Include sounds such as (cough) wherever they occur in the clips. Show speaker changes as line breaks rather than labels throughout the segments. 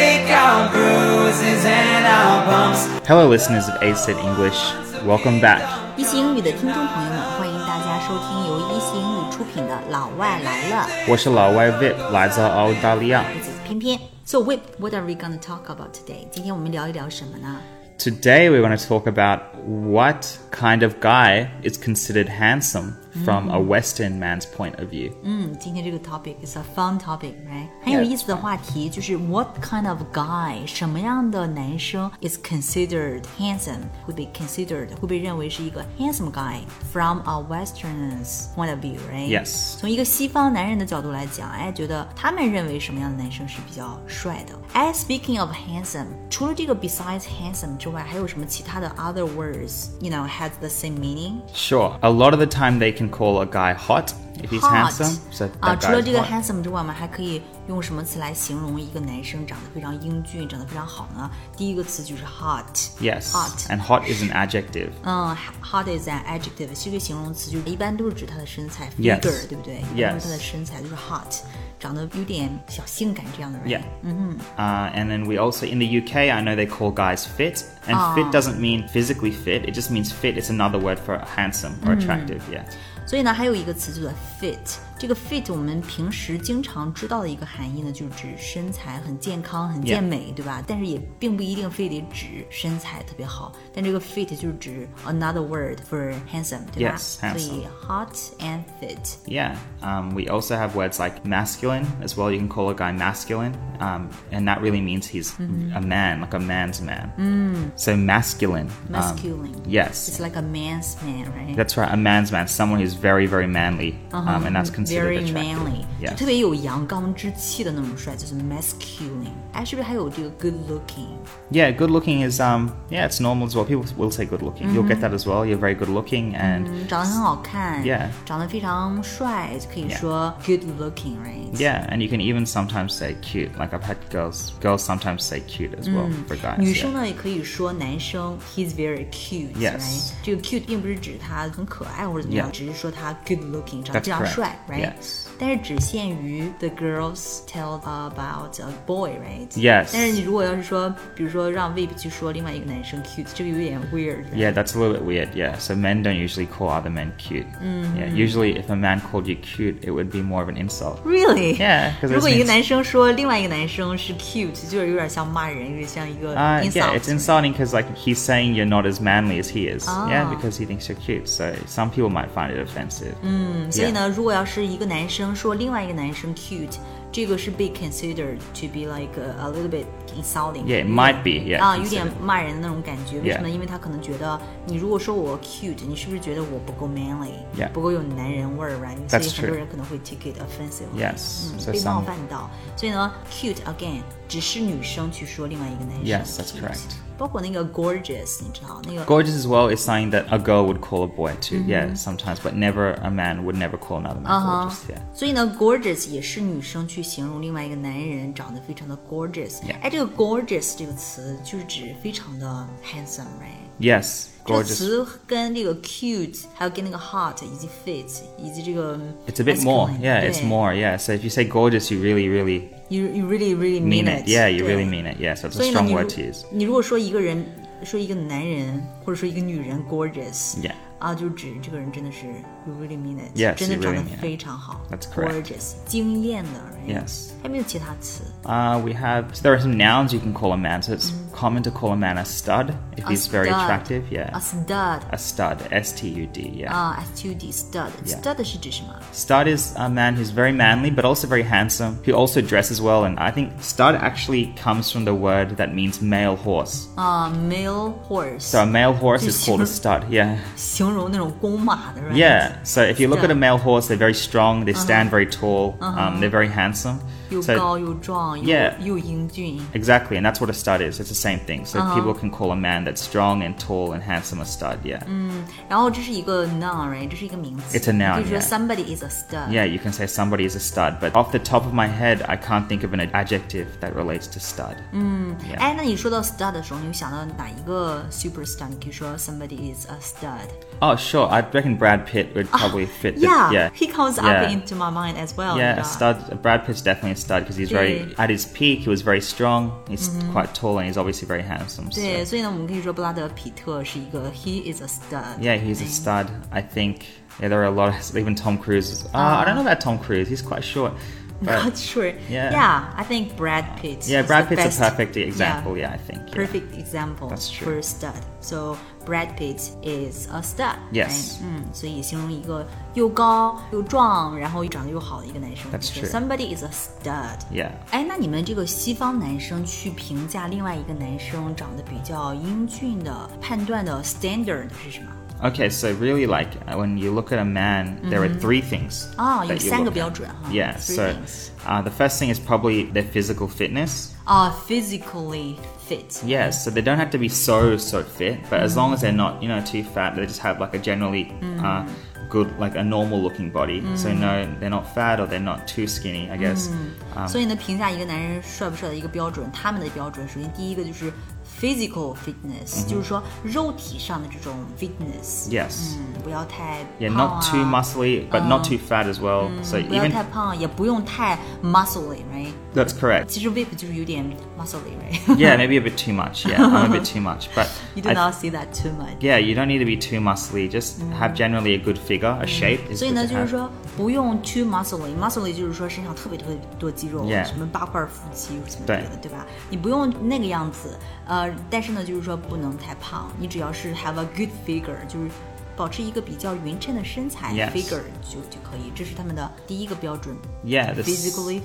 our bruises and our bumps.
Hello, listeners of ACID English. Welcome back.
一席英语的听众朋友们，欢迎大家收听由一席英语出品的《老外来了》，
我是老外 Vip，来自澳大利亚。
我是偏偏。So, Whip, what are we gonna talk about today? 今天我们聊一聊什么呢？
Today we want to talk about what kind of guy is considered handsome from a Western man's point of view.
嗯，今天这个 topic is a fun topic, right? 很有意思的话题就是 What kind of guy，什么样的男生 is considered handsome，会被 considered 会被认为是一个 handsome guy from a Westerners point of view, right?
Yes.
从一个西方男人的角度来讲，哎，觉得他们认为什么样的男生是比较帅的？哎，speaking of handsome，除了这个 besides handsome 之外，还有什么其他的 other words，you know has the same meaning？
Sure, a lot of the time they can call a guy hot if he's
hot
handsome. So
啊，
that
除
guy's
了这个
hot.
handsome 之外，我们还可以用什么词来形容一个男生长得非常英俊、长得非常好呢？第一个词就是 hot。
Yes,
hot.
and hot is an adjective.
嗯，hot is an adjective，是一个形容词，就是一般都是指他的身材
Yes.
figure，对不对？一
Yes.
般都是他的身材就是 hot，长得有点小性感这样的人。
Yeah.
Mm-hmm.
Uh, and then we also, in the UK, I know they call guys fit. And
Ah.
fit doesn't mean physically fit, it just means fit. It's another word for handsome or
Mm.
attractive, yeah.
所以呢，还有一个词叫做 fit。这个 fit 我们平时经常知道的一个含义呢，就是指身材很健康、很健美对吧？但是也并不一定非得指身材特别好。但这个 fit 就是指 another word for handsome，对吧
Yes, handsome
所以 hot and fit。
Yeah. Um, we also have words like masculine as well. You can call a guy masculine, um, and that really means he's
Mm-hmm.
a man, like a man's man. So masculine. um,
Mm. Masculine.
yes.
It's like a man's man, right?
That's right, a man's man, someone who's very, very manly, um, and that's considered
Uh-huh. very
attractive.
manly，
Yeah.
就特别有阳刚之气的那种帅，就是 masculine。哎，是不是还有这个 good looking？
Yeah, good looking is um, yeah, it's normal as well. People will say good looking. You'll get
Mm-hmm.
that as well. You're very good looking, and
长得很好看
Yeah.
长得非常帅，就可以
Yeah.
说 good looking，right？
yeah, and you can even sometimes say cute. Like I've had girls, girls sometimes say cute as well for guys.
女
yeah.
生呢也可以说男生，he's very cute，right？、
Yes.
这个 cute 并不是指他很可爱或者怎么样
Yeah.
只是说他 good looking，长得
That's
非常
correct.
帅，right？、
Yes.
但是只限于 the girls tell about a boy，right？、
Yes.
但是你如果要是说，比如说让 Vip 去说另外一个男生 cute，这个有点 weird。
Yeah, that's a little bit weird. Yeah, so men don't usually call other men cute. Yeah, usually if a man called you cute, it would be more of an insult.
Really?
Yeah, 'cause it
如果一个
means-
男生说另外一个男生是 cute，就是有点像骂人，有点像一个
Uh,
insult。
yeah, it's insulting because like he's saying you're not as manly as he is. Yeah,
Ah.
because he thinks you're cute. So some people might find it offensive. Mm,
所以呢，如果要是一个男生说另外一个男生 cute，这个是被 considered to be like a, a little bit insulting。
Yeah, it might be, yeah,
啊，有点
considered.
骂人的那种感觉。为什么呢
Yeah.
因为他可能觉得你如果说我 cute，你是不是觉得我不够 manly，、
Yeah.
不够有男人味儿，right？所
That's
以很
true.
多人可能会 take it offensive。
Yes,
嗯
so
被冒
some-
犯到。所以呢，cute again 只是女生去说另外一个男生
Yes, that's
cute
correct.
包括那个 gorgeous，你知道那个
Gorgeous as well is something that a girl would call a boy too. Yeah, sometimes, but never a man would never call another man
啊哈
gorgeous. Yeah.
所以呢，gorgeous 也是女生去形容另外一个男人长得非常的 gorgeous。
Yeah.
哎，这个 gorgeous 这个词就是指非常的 handsome，right？
Yes,
这个
gorgeous.
词跟这个 cute，还有跟那个 hot 以及 fit 以及这个
It's a bit more.
masculine，
Yeah,
对
it's more. Yeah. So if you say gorgeous, you really, really
You you really really mean,
mean it. Yeah, you
对
really mean it. Yeah, so it's
所
a
以呢，
strong
你如
word to use.
你如果说一个人，说一个男人或者说一个女人 gorgeous，
Yeah.
啊，就指这个人真的是 you really mean it，
Yes,
真的
you
长
really
得
mean it.
非常好
That's correct.
，gorgeous，惊艳的，right？
Yes.
还没有其他词
Uh, we have so there are some nouns you can call a man. So it's common to call a man a stud if
A
he's very
stud.
attractive. Yeah,
，a Uh. stud，
a stud. S T U D. Yeah.
啊，s t u d
Yeah.
stud，stud 是指什么？
stud is a man who's very manly but also very handsome. Who also dresses well. And I think stud actually comes from the word that means male horse.
啊，male horse，
So a male horse
Did
is called
(laughs)
a
you-
stud. Yeah.
形容那种公马的，right？
Yeah. So if you look at
Stud. Uh-huh.
a male horse, they're very strong. They stand very tall. Um, they're very handsome.
又
So
高又壮又
Yeah.
又英俊。
Exactly, and that's what a stud is. It's the same thing. So
Uh-huh.
people can call a man that's strong and tall and handsome a stud. Yeah.
Mm. 然后这是一个 noun，right？这是一个名词。
It's a noun，
你可以说
yeah.
somebody is a stud。
Yeah, you can say somebody is a stud, but off the top of my head, I can't think of an adjective that relates to stud.
哎，那你说到 stud 的时候，你会想到哪一个 superstar？你可以说 somebody is a stud。
Oh, sure, I reckon Brad Pitt would probably fit. The,
Ah, Yeah,
yeah,
he oh, comes
Yeah.
up into my mind as well.
yeah,
you
a
know.
stud. Brad Pitt's definitely a stud because he's
对
very at his peak. He was very strong. He's
Mm-hmm.
quite tall and he's obviously very handsome. So.
对，所以呢，我们可以说布拉德皮特是一个 he is a stud。
Yeah, he's a stud. I think yeah, there are a lot of even Tom Cruise. is- Uh,
Ah.
I don't know about Tom Cruise. He's quite short. but-
Not (laughs) sure.
Yeah.
I think Brad Pitt.
yeah,
is
Brad
the
Pitt's
best.
a perfect example. Yeah, I think. yeah.
Perfect example
That's true.
for a stud. So Brad Pitt is a stud.
Yes.
right? 嗯，所以形容一个又高又壮，然后又长得又好的一个男生
That's
就是
true.
Somebody is a stud.
Yeah.
哎，那你们这个西方男生去评价另外一个男生长得比较英俊的判断的 standard 是什么？
Okay, so really, like uh, when you look at a man, there
Mm-hmm.
are three things.
哦，有
that you
三个
look
标
at.
准哈。
Yeah,
three
so
things.
uh, the first thing is probably their physical fitness.
啊、p h y s i c a l l y fit。
Yeah, so they don't have to be so so fit, but
Mm-hmm.
as long as they're not, you know, too fat, they just have like a generally
Mm-hmm.
uh, good, like a normal looking body. So no, they're not fat or they're not too skinny, I guess. Um,
所以呢，评价一个男人帅不帅的一个标准，他们的标准，首先第一个就是 physical
嗯
fitness，、就是说肉体上的这种 fitness。
yes.
嗯，不要太
Yeah,
胖
not
啊
too muscly, but
Oh.
not too fat as well. So
不要
even
太胖，也不用太 muscly，right？
that's correct.
其实 whip 就是有点 muscly，right？ (laughs)
Yeah, maybe a bit too much. Yeah, I'm a bit too much, but
You do
I-
not Mm. see that too much。
yeah, you don't need to be too muscly. Just have generally a good figure,
Mm.
a shape. is
所以
good
呢，
to
就是
have.
说不用 too muscly，muscly 就是说身上特别特别多肌肉
Yeah
什么八块腹肌什么之
对
类的，对吧？你不用那个样子，呃，但是呢，就是说不能太胖，你只要是 have a good figure，就是保持一个比较匀称的身材
Yes
figure 就就可以，这是他们的第一个标准
yeah, this-
physically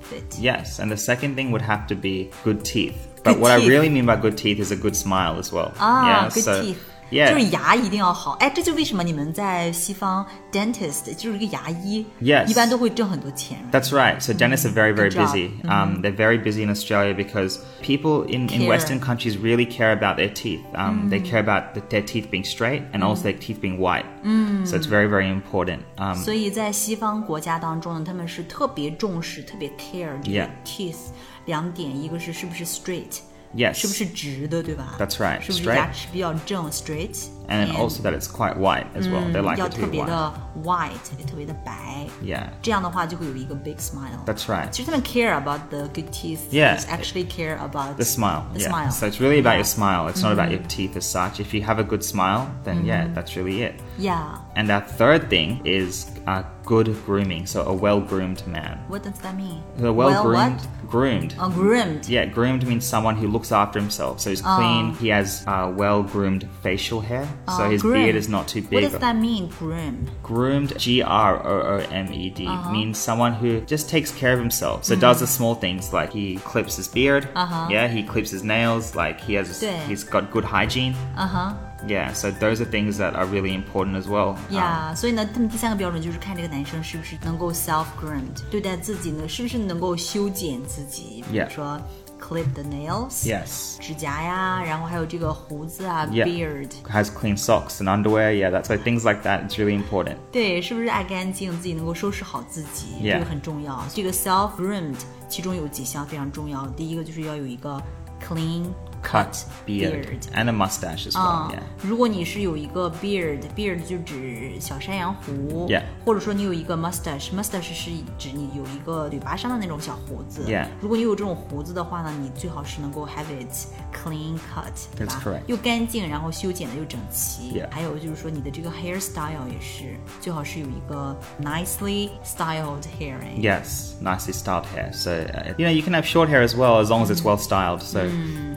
fit。
Yes, and the second thing would have to be good teeth. But
Good
what
teeth.
I really mean by good teeth is a good smile as well.
啊
yeah,
，good
so-
teeth，就
Yeah,
是牙一定要好。哎，这就为什么你们在西方 dentist 就是一个牙医
Yes
一般都会挣很多钱。right？
that's right. So dentists are very, very
Good job. Mm-hmm.
busy. Um, they're very busy in Australia because people in, in
Care. Mm.
Western countries really care about their teeth. Um, They care about the, their teeth being straight and also their teeth being white.
Mm.
So it's very, very important. Um,
所以在西方国家当中呢，他们是特别重视、特别 care 这个
Yeah.
teeth 两点，一个是是不是 straight，
yes,
是不是直的，对吧
That's right，
是不是
straight
牙齿比较正 straight，
and also that it's quite white as well. They like
要
it
特
to
别
be
的
white.
white，也特别的白，
Yeah,
这样的话就会有一个 big smile。
that's right.
其实他们 care about the good teeth.
Yeah.
is actually care about
The smile.
The
yeah.
smile.
So it's really about
Yeah. Mm-hmm.
your smile. It's not about your teeth as such. If you have a good smile, then yeah, that's really it.
Yeah.
And our third thing is uh, good grooming. So a well groomed man.
What does that mean?
So well groomed.
what? Oh.
Groomed.
A groomed.
Yeah, groomed means someone who looks after himself. So he's clean. He has uh, well groomed facial hair.
Oh,
so his
groomed.
beard is not too
What
big.
does that mean? Groom.
Groomed, G R O O M E D, means someone who just takes care of himself. So does the small things like he clips his beard.
Uh-huh.
Yeah, he clips his nails. Like he has,
Yeah.
he's got good hygiene.
嗯哼。
Yeah, so those are things that are really important as well. Um,
呀所以呢，他们第三个标准就是看这个男生是不是能够 self groomed，对待自己呢，是不是能够修剪自己，比如
Yeah.
说 clip the nails，、
yes.
指甲呀，然后还有这个胡子啊
Yeah.
beard，
has clean socks and underwear. Yeah, that's so things like that. It's really important.
对，是不是爱干净，自己能够收拾好自己
Yeah.
这个很重要。这个 self groomed 其中有几项非常重要，第一个就是要有一个 clean cut
Cut beard, Oh. and a mustache as well.
啊、
Yeah.
如果你是有一个 beard，beard 就指小山羊胡
Yeah
或者说你有一个 mustache，mustache 是指你有一个捋拔上的那种小胡子。
Yeah
如果你有这种胡子的话呢，你最好是能够 have it clean cut，对
That's
吧
correct
又干净，然后修剪的又整齐。
Yeah
还有就是说你的这个 hairstyle 也是最好是有一个 nicely styled hair。哎
Yes, nicely styled hair. So uh, you know you can have short hair as well as long as it's well styled. So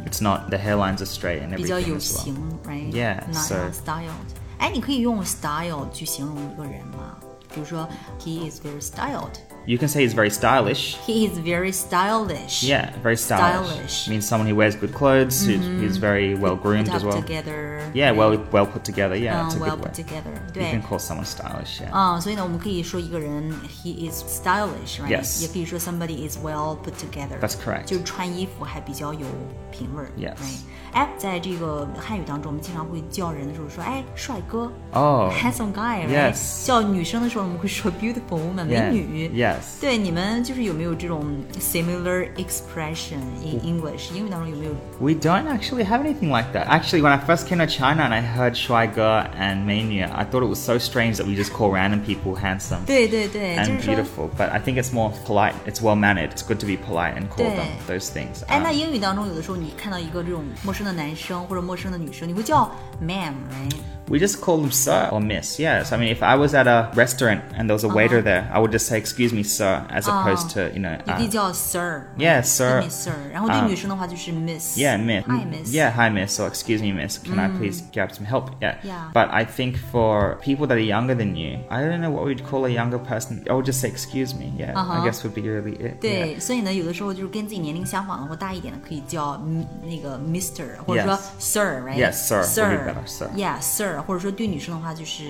it's not the hairlines Mm. are straight and
比较
everything
有
as
型
well.
，right？
Yeah,
Not
so-
styled。哎，你可以用 style 去形容一个人吗？比如说，he is very styled。
You can say he's very stylish.
He is very stylish.
Yeah, very stylish.
Stylish. Mm-hmm.
Means someone who wears good clothes, who's who's very well groomed
Put up
as well.
together.
Yeah, well well put together. Yeah,
Um,
it's a good
well put
word.
together. Oh,
You
对
can。call someone stylish. Yeah.
嗯，所以呢，我们可以说一个人 he is stylish, right？、
Yes.
也可以说 somebody is well put together.
That's correct.
就是穿衣服还比较有品味儿。
Yes.
right？哎，在这个汉语当中，我们经常会叫人的时候说，哎，帅哥
Oh,
handsome guy，right？
yes.
叫女生的时候，我们会说 beautiful woman，美
Yeah,
女。
yes. Yes.
对，你们就是有没有这种 similar expression in English？英语当中有没有
We don't actually have anything like that. Actually, when I first came to China and I heard Shy Girl and Mania, I thought it was so strange that we just call random people handsome
对对对，就
and
是说，
beautiful. But I think it's more polite. It's well mannered. It's good to be polite and call them
对。
those things.
哎，那
Um,
英语当中有的时候你看到一个这种陌生的男生或者陌生的女生，你会叫 ma'am，right？
we just call them sir or miss. Yes. I mean, if I was at a restaurant and there was a
Uh-huh.
waiter there, I would just say, "Excuse me, sir," as opposed to you know.
你可以
Uh,
叫 sir。
yeah, sir. 啊
Miss Sir，然后对女生的话就是 Miss。
Yeah, miss. Mm-hmm.
Hi, Miss. Mm.
Yeah, hi, miss. Or excuse me, miss. Can I please grab some help? Yeah.
Yeah.
But I think for people that are younger than you, I don't know what we'd call a younger person. I would just say excuse me. Yeah.
Uh-huh.
I guess would be really it.
对所以呢，有的时候就是跟自己年龄相仿的或大一点的，可以叫嗯那个 Mister，或者说
Yes.
Sir，right？
Yes, sir
Sir
would be better, sir.
Yeah, Sir，或者说对女生的话就是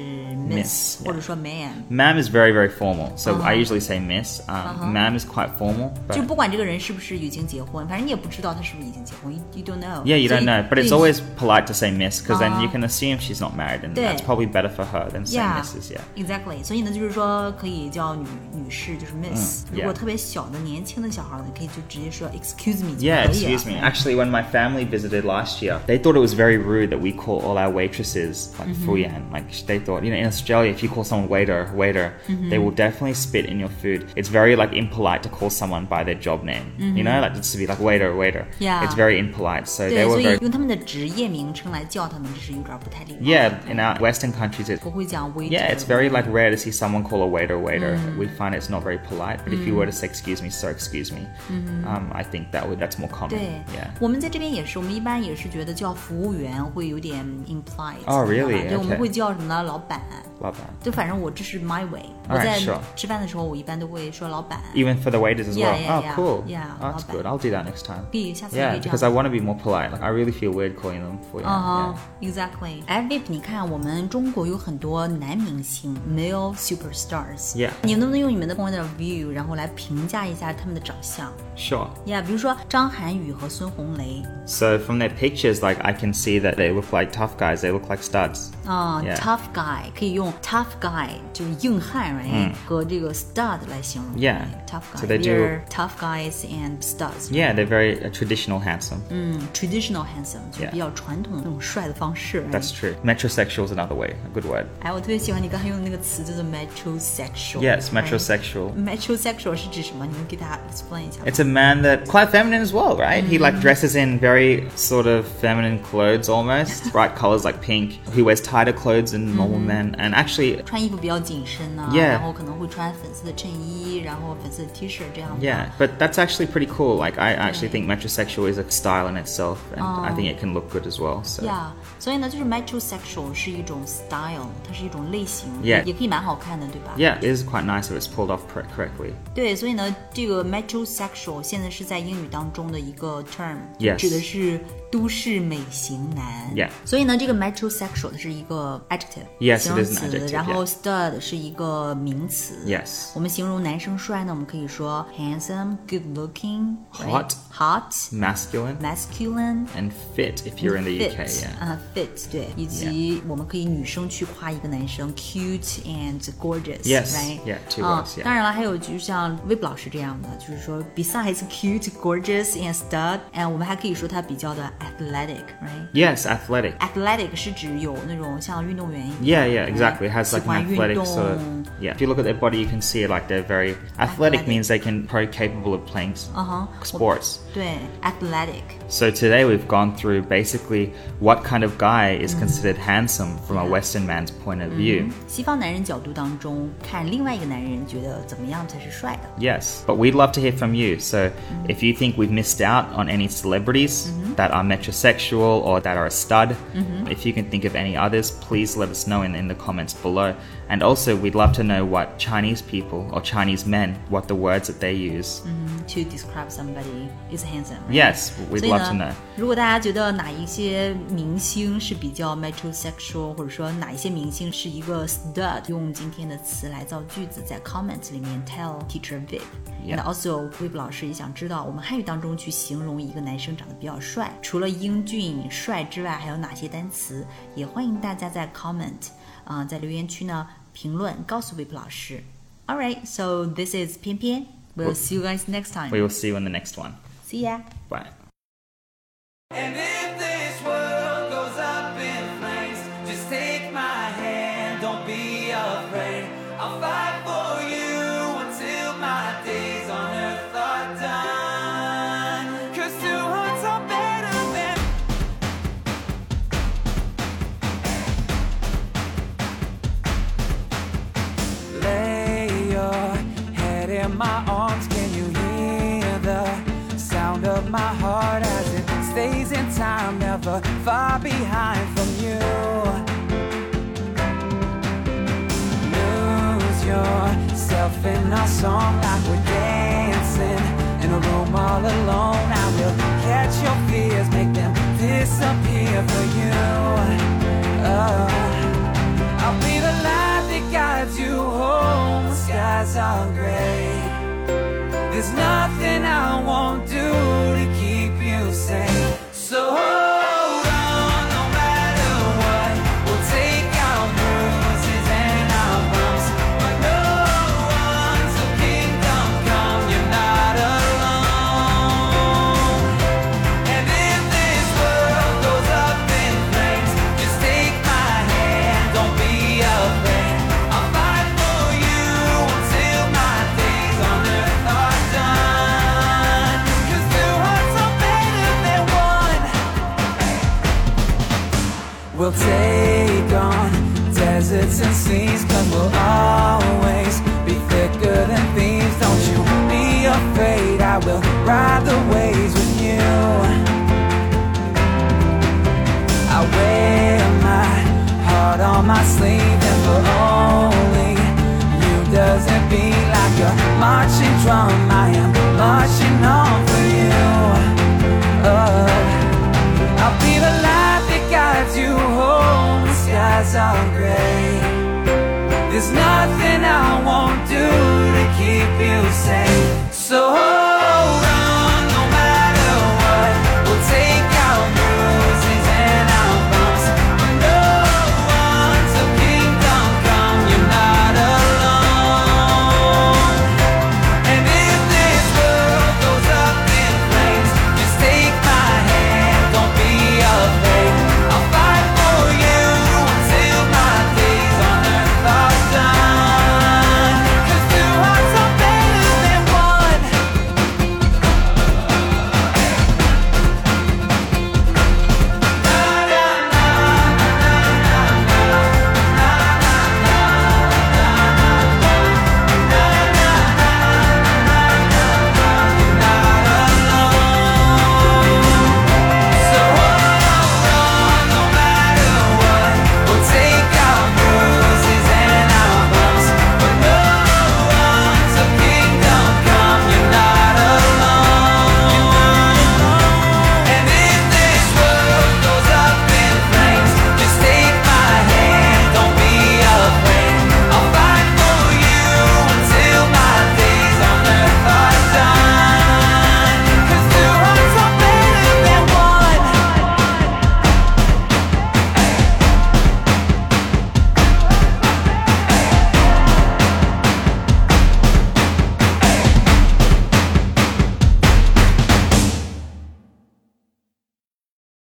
Miss，
Miss，
或者说 Ma'am。
Ma'am is very, very formal. So
Uh-huh.
I usually say miss. Um, Ma'am is quite formal.
就
But
不管这个人是不是已经结婚，反正你也不知道他是不是已经结婚，you you don't know。
yeah, you
所以
don't know. But it's
对
always polite to say miss because then you
Uh-huh.
can assume she's not married and
对。
that's probably better for her than saying
Yeah,
misses. Yeah.
exactly. 所以呢，就是说可以叫女女士，就是
嗯
Miss。如果
yeah
特别小的年轻的小孩呢，可以就直接说 Excuse me 就可以
Yeah,
了。
excuse me. Actually, when my family visited last year, they thought it was very rude that we call all our waitresses like
Mm-hmm.
fuyan. Like sh- they thought, you know, in Australia, if you call someone waiter, waiter,
Mm-hmm.
they will definitely spit in your food. It's very like impolite to call someone by their job name. You know, like just to be like waiter, waiter.
Mm-hmm. Yeah.
it's very impolite. So they
对，
were
所以
very
用他们的职业名称来叫他们，这是有点不太礼貌。
yeah. In our Western countries, it's
不会讲 waiter。
yeah, it's very like rare to see someone call a waiter waiter.
Mm.
We find it's not very polite. But if you were to say excuse me, sir, excuse me,
Mm-hmm.
um, I think that would that's more common.
对
Yeah.
我们在这边也是，我们一般也是觉得叫服务员会有点 implied。
Oh, really?
对，我们
Okay.
会叫什么呢？老板。
Love that.
就反正我这是 my way。我
Alright,
在
sure.
吃饭的时候，我一般都会说老板。
Even for the waiters as
Yeah,
well.
yeah,
oh,
yeah.
cool.
Yeah,
Oh, that's
not bad.
good. I'll do that next time.
可以，下次也
Yeah,
可以这
because
样
I。want to be more polite. Like, I really feel weird calling them for you.
啊、e x a c t l y 哎，Vip，你看我们中国有很多男明星，male superstars。
Yeah
你们能不能用你们的 point of view，然后来评价一下他们的长相
Sure.
？Yeah，比如说张涵予和孙红雷
So from their pictures, like I can see that they look like tough guys. They look like studs.
啊、
Yeah.
t o u g h guy 可以用 tough guy 就是硬汉，right？、和这个 stud 来形容。
嗯 Yeah
tough guy。
So they do-
They're tough guys and studs。
Yeah, they're very uh, traditional, handsome.
嗯，traditional handsome 就是
Yeah
比较传统那种帅的方式。right？
That's true. Metrosexual is another way. A good word.
哎，我特别喜欢你刚才用的那个词，叫做 metrosexual。
Yes,
right？
metrosexual.
Metrosexual 是指什么？你能给大家 explain 一下吗
It's a man that quite feminine as well, right? He
Mm.
like dresses in very sort of feminine clothes
(laughs)
almost, bright colors like pink. He wears tighter clothes than normal
Mm.
men, and actually
穿衣服比较紧身呢、
Yeah
然后可能会穿粉色的衬衣，然后粉色的 T 恤这样。
Yeah, but that's actually pretty cool. Like, I actually think metrosexual is a style in itself, and I think it can look good as well. So,
Oh. Yeah，所以呢，就是 metrosexual 是一种 style，它是一种类型
Yeah
也可以蛮好看的，对吧
Yeah, it is quite nice if it's pulled off pr- correctly.
对，所以呢，这个 metrosexual 现在是在英语当中的一个 term，、
Yes
指的是都市美型男。
Yeah
所以呢，这个 metrosexual 它是一个 adjective，
Yes,
形容
it is an
词
adjective，
然后
yeah
stud 是一个名词。
Yes
我们形容男生帅呢，我们可以说 handsome, good looking,
Hot
hot,
Masculine
masculine。
and fit if you're in the
fit,
UK, yeah.
啊、fit 对，以及我们可以女生去夸一个男生 cute and gorgeous。
Yes,
right?
yeah, two
啊
words, yeah.
当然了，还有就像 Vip 老师这样的，就是说 besides cute, gorgeous and stud，哎，我们还可以说他比较的 athletic，right？athletic
Yes, athletic.
是指有那种像运动员一样
Yeah, yeah,
right？
exactly. It has
喜
like
欢
an
运
athletic
动。
sort of. Yeah. If you look at their body, you can see like they're very athletic,
Athletic. Oh,
means they can probably capable of playing s-
嗯哼，我
sports.
对 athletic，
So today we've gone through basically what kind of guy is considered handsome from a Western man's point of view.
西方男人角度当中看另外一个男人，觉得怎么样才是帅的？
Yes, but we'd love to hear from you. So if you think we've missed out on any celebrities that are metrosexual or that are a stud, if you can think of any others, please let us know in, in the comments below. And also, we'd love to know what Chinese people or Chinese men, what the words that they use.
to 嗯 describe somebody is handsome. right?
Yes, we'd
所以
love to
呢
know.，
如果大家觉得哪一些明星是比较 metrosexual，或者说哪一些明星是一个 stud，用今天的词来造句子，在 comment 里面 tell teacher Vip。
Yeah.
And also Vip 老师也想知道，我们汉语当中去形容一个男生长得比较帅，除了英俊帅之外，还有哪些单词？呃也欢迎大家在 comment 啊、在留言区呢评论告诉 Vip 老师。 All right, so this is Pian Pian. We'll see you guys next time.
We will see you in the next one.
See ya.
Bye.
And if this world goes up in flames, just take my hand, don't be afraid. I'll fight for you until my days on earth are done. Cause two hearts are better than Lay your head in my arms. Can you hear the sound of my heart as it stays in time, never far behind from you? Lose yourself in our song like we're dancing in a room all alone. I will catch your fears, make them disappear for you. Oh. I'll be the light that guides you home. The skies are gray. There's nothing I won't do to keep you safe. So hold on, no matter what. We'll take our bruises and our bumps. But no one's a kingdom come. You're not alone. And if this world goes up in flames, just take my hand, don't be afraid. I'll fight for you until my days on earth are done. 'Cause two hearts are better than one. We'll take on deserts and seas, cause we'll always be thicker than thieves. Don't you be afraid, I will ride the waves with you. I wear my heart on my sleeve and for only you does it beat like a marching drum. I am marching on for you. Oh, I'll be the light that guides you home. The skies are gray. There's nothing I won't do to keep you safe.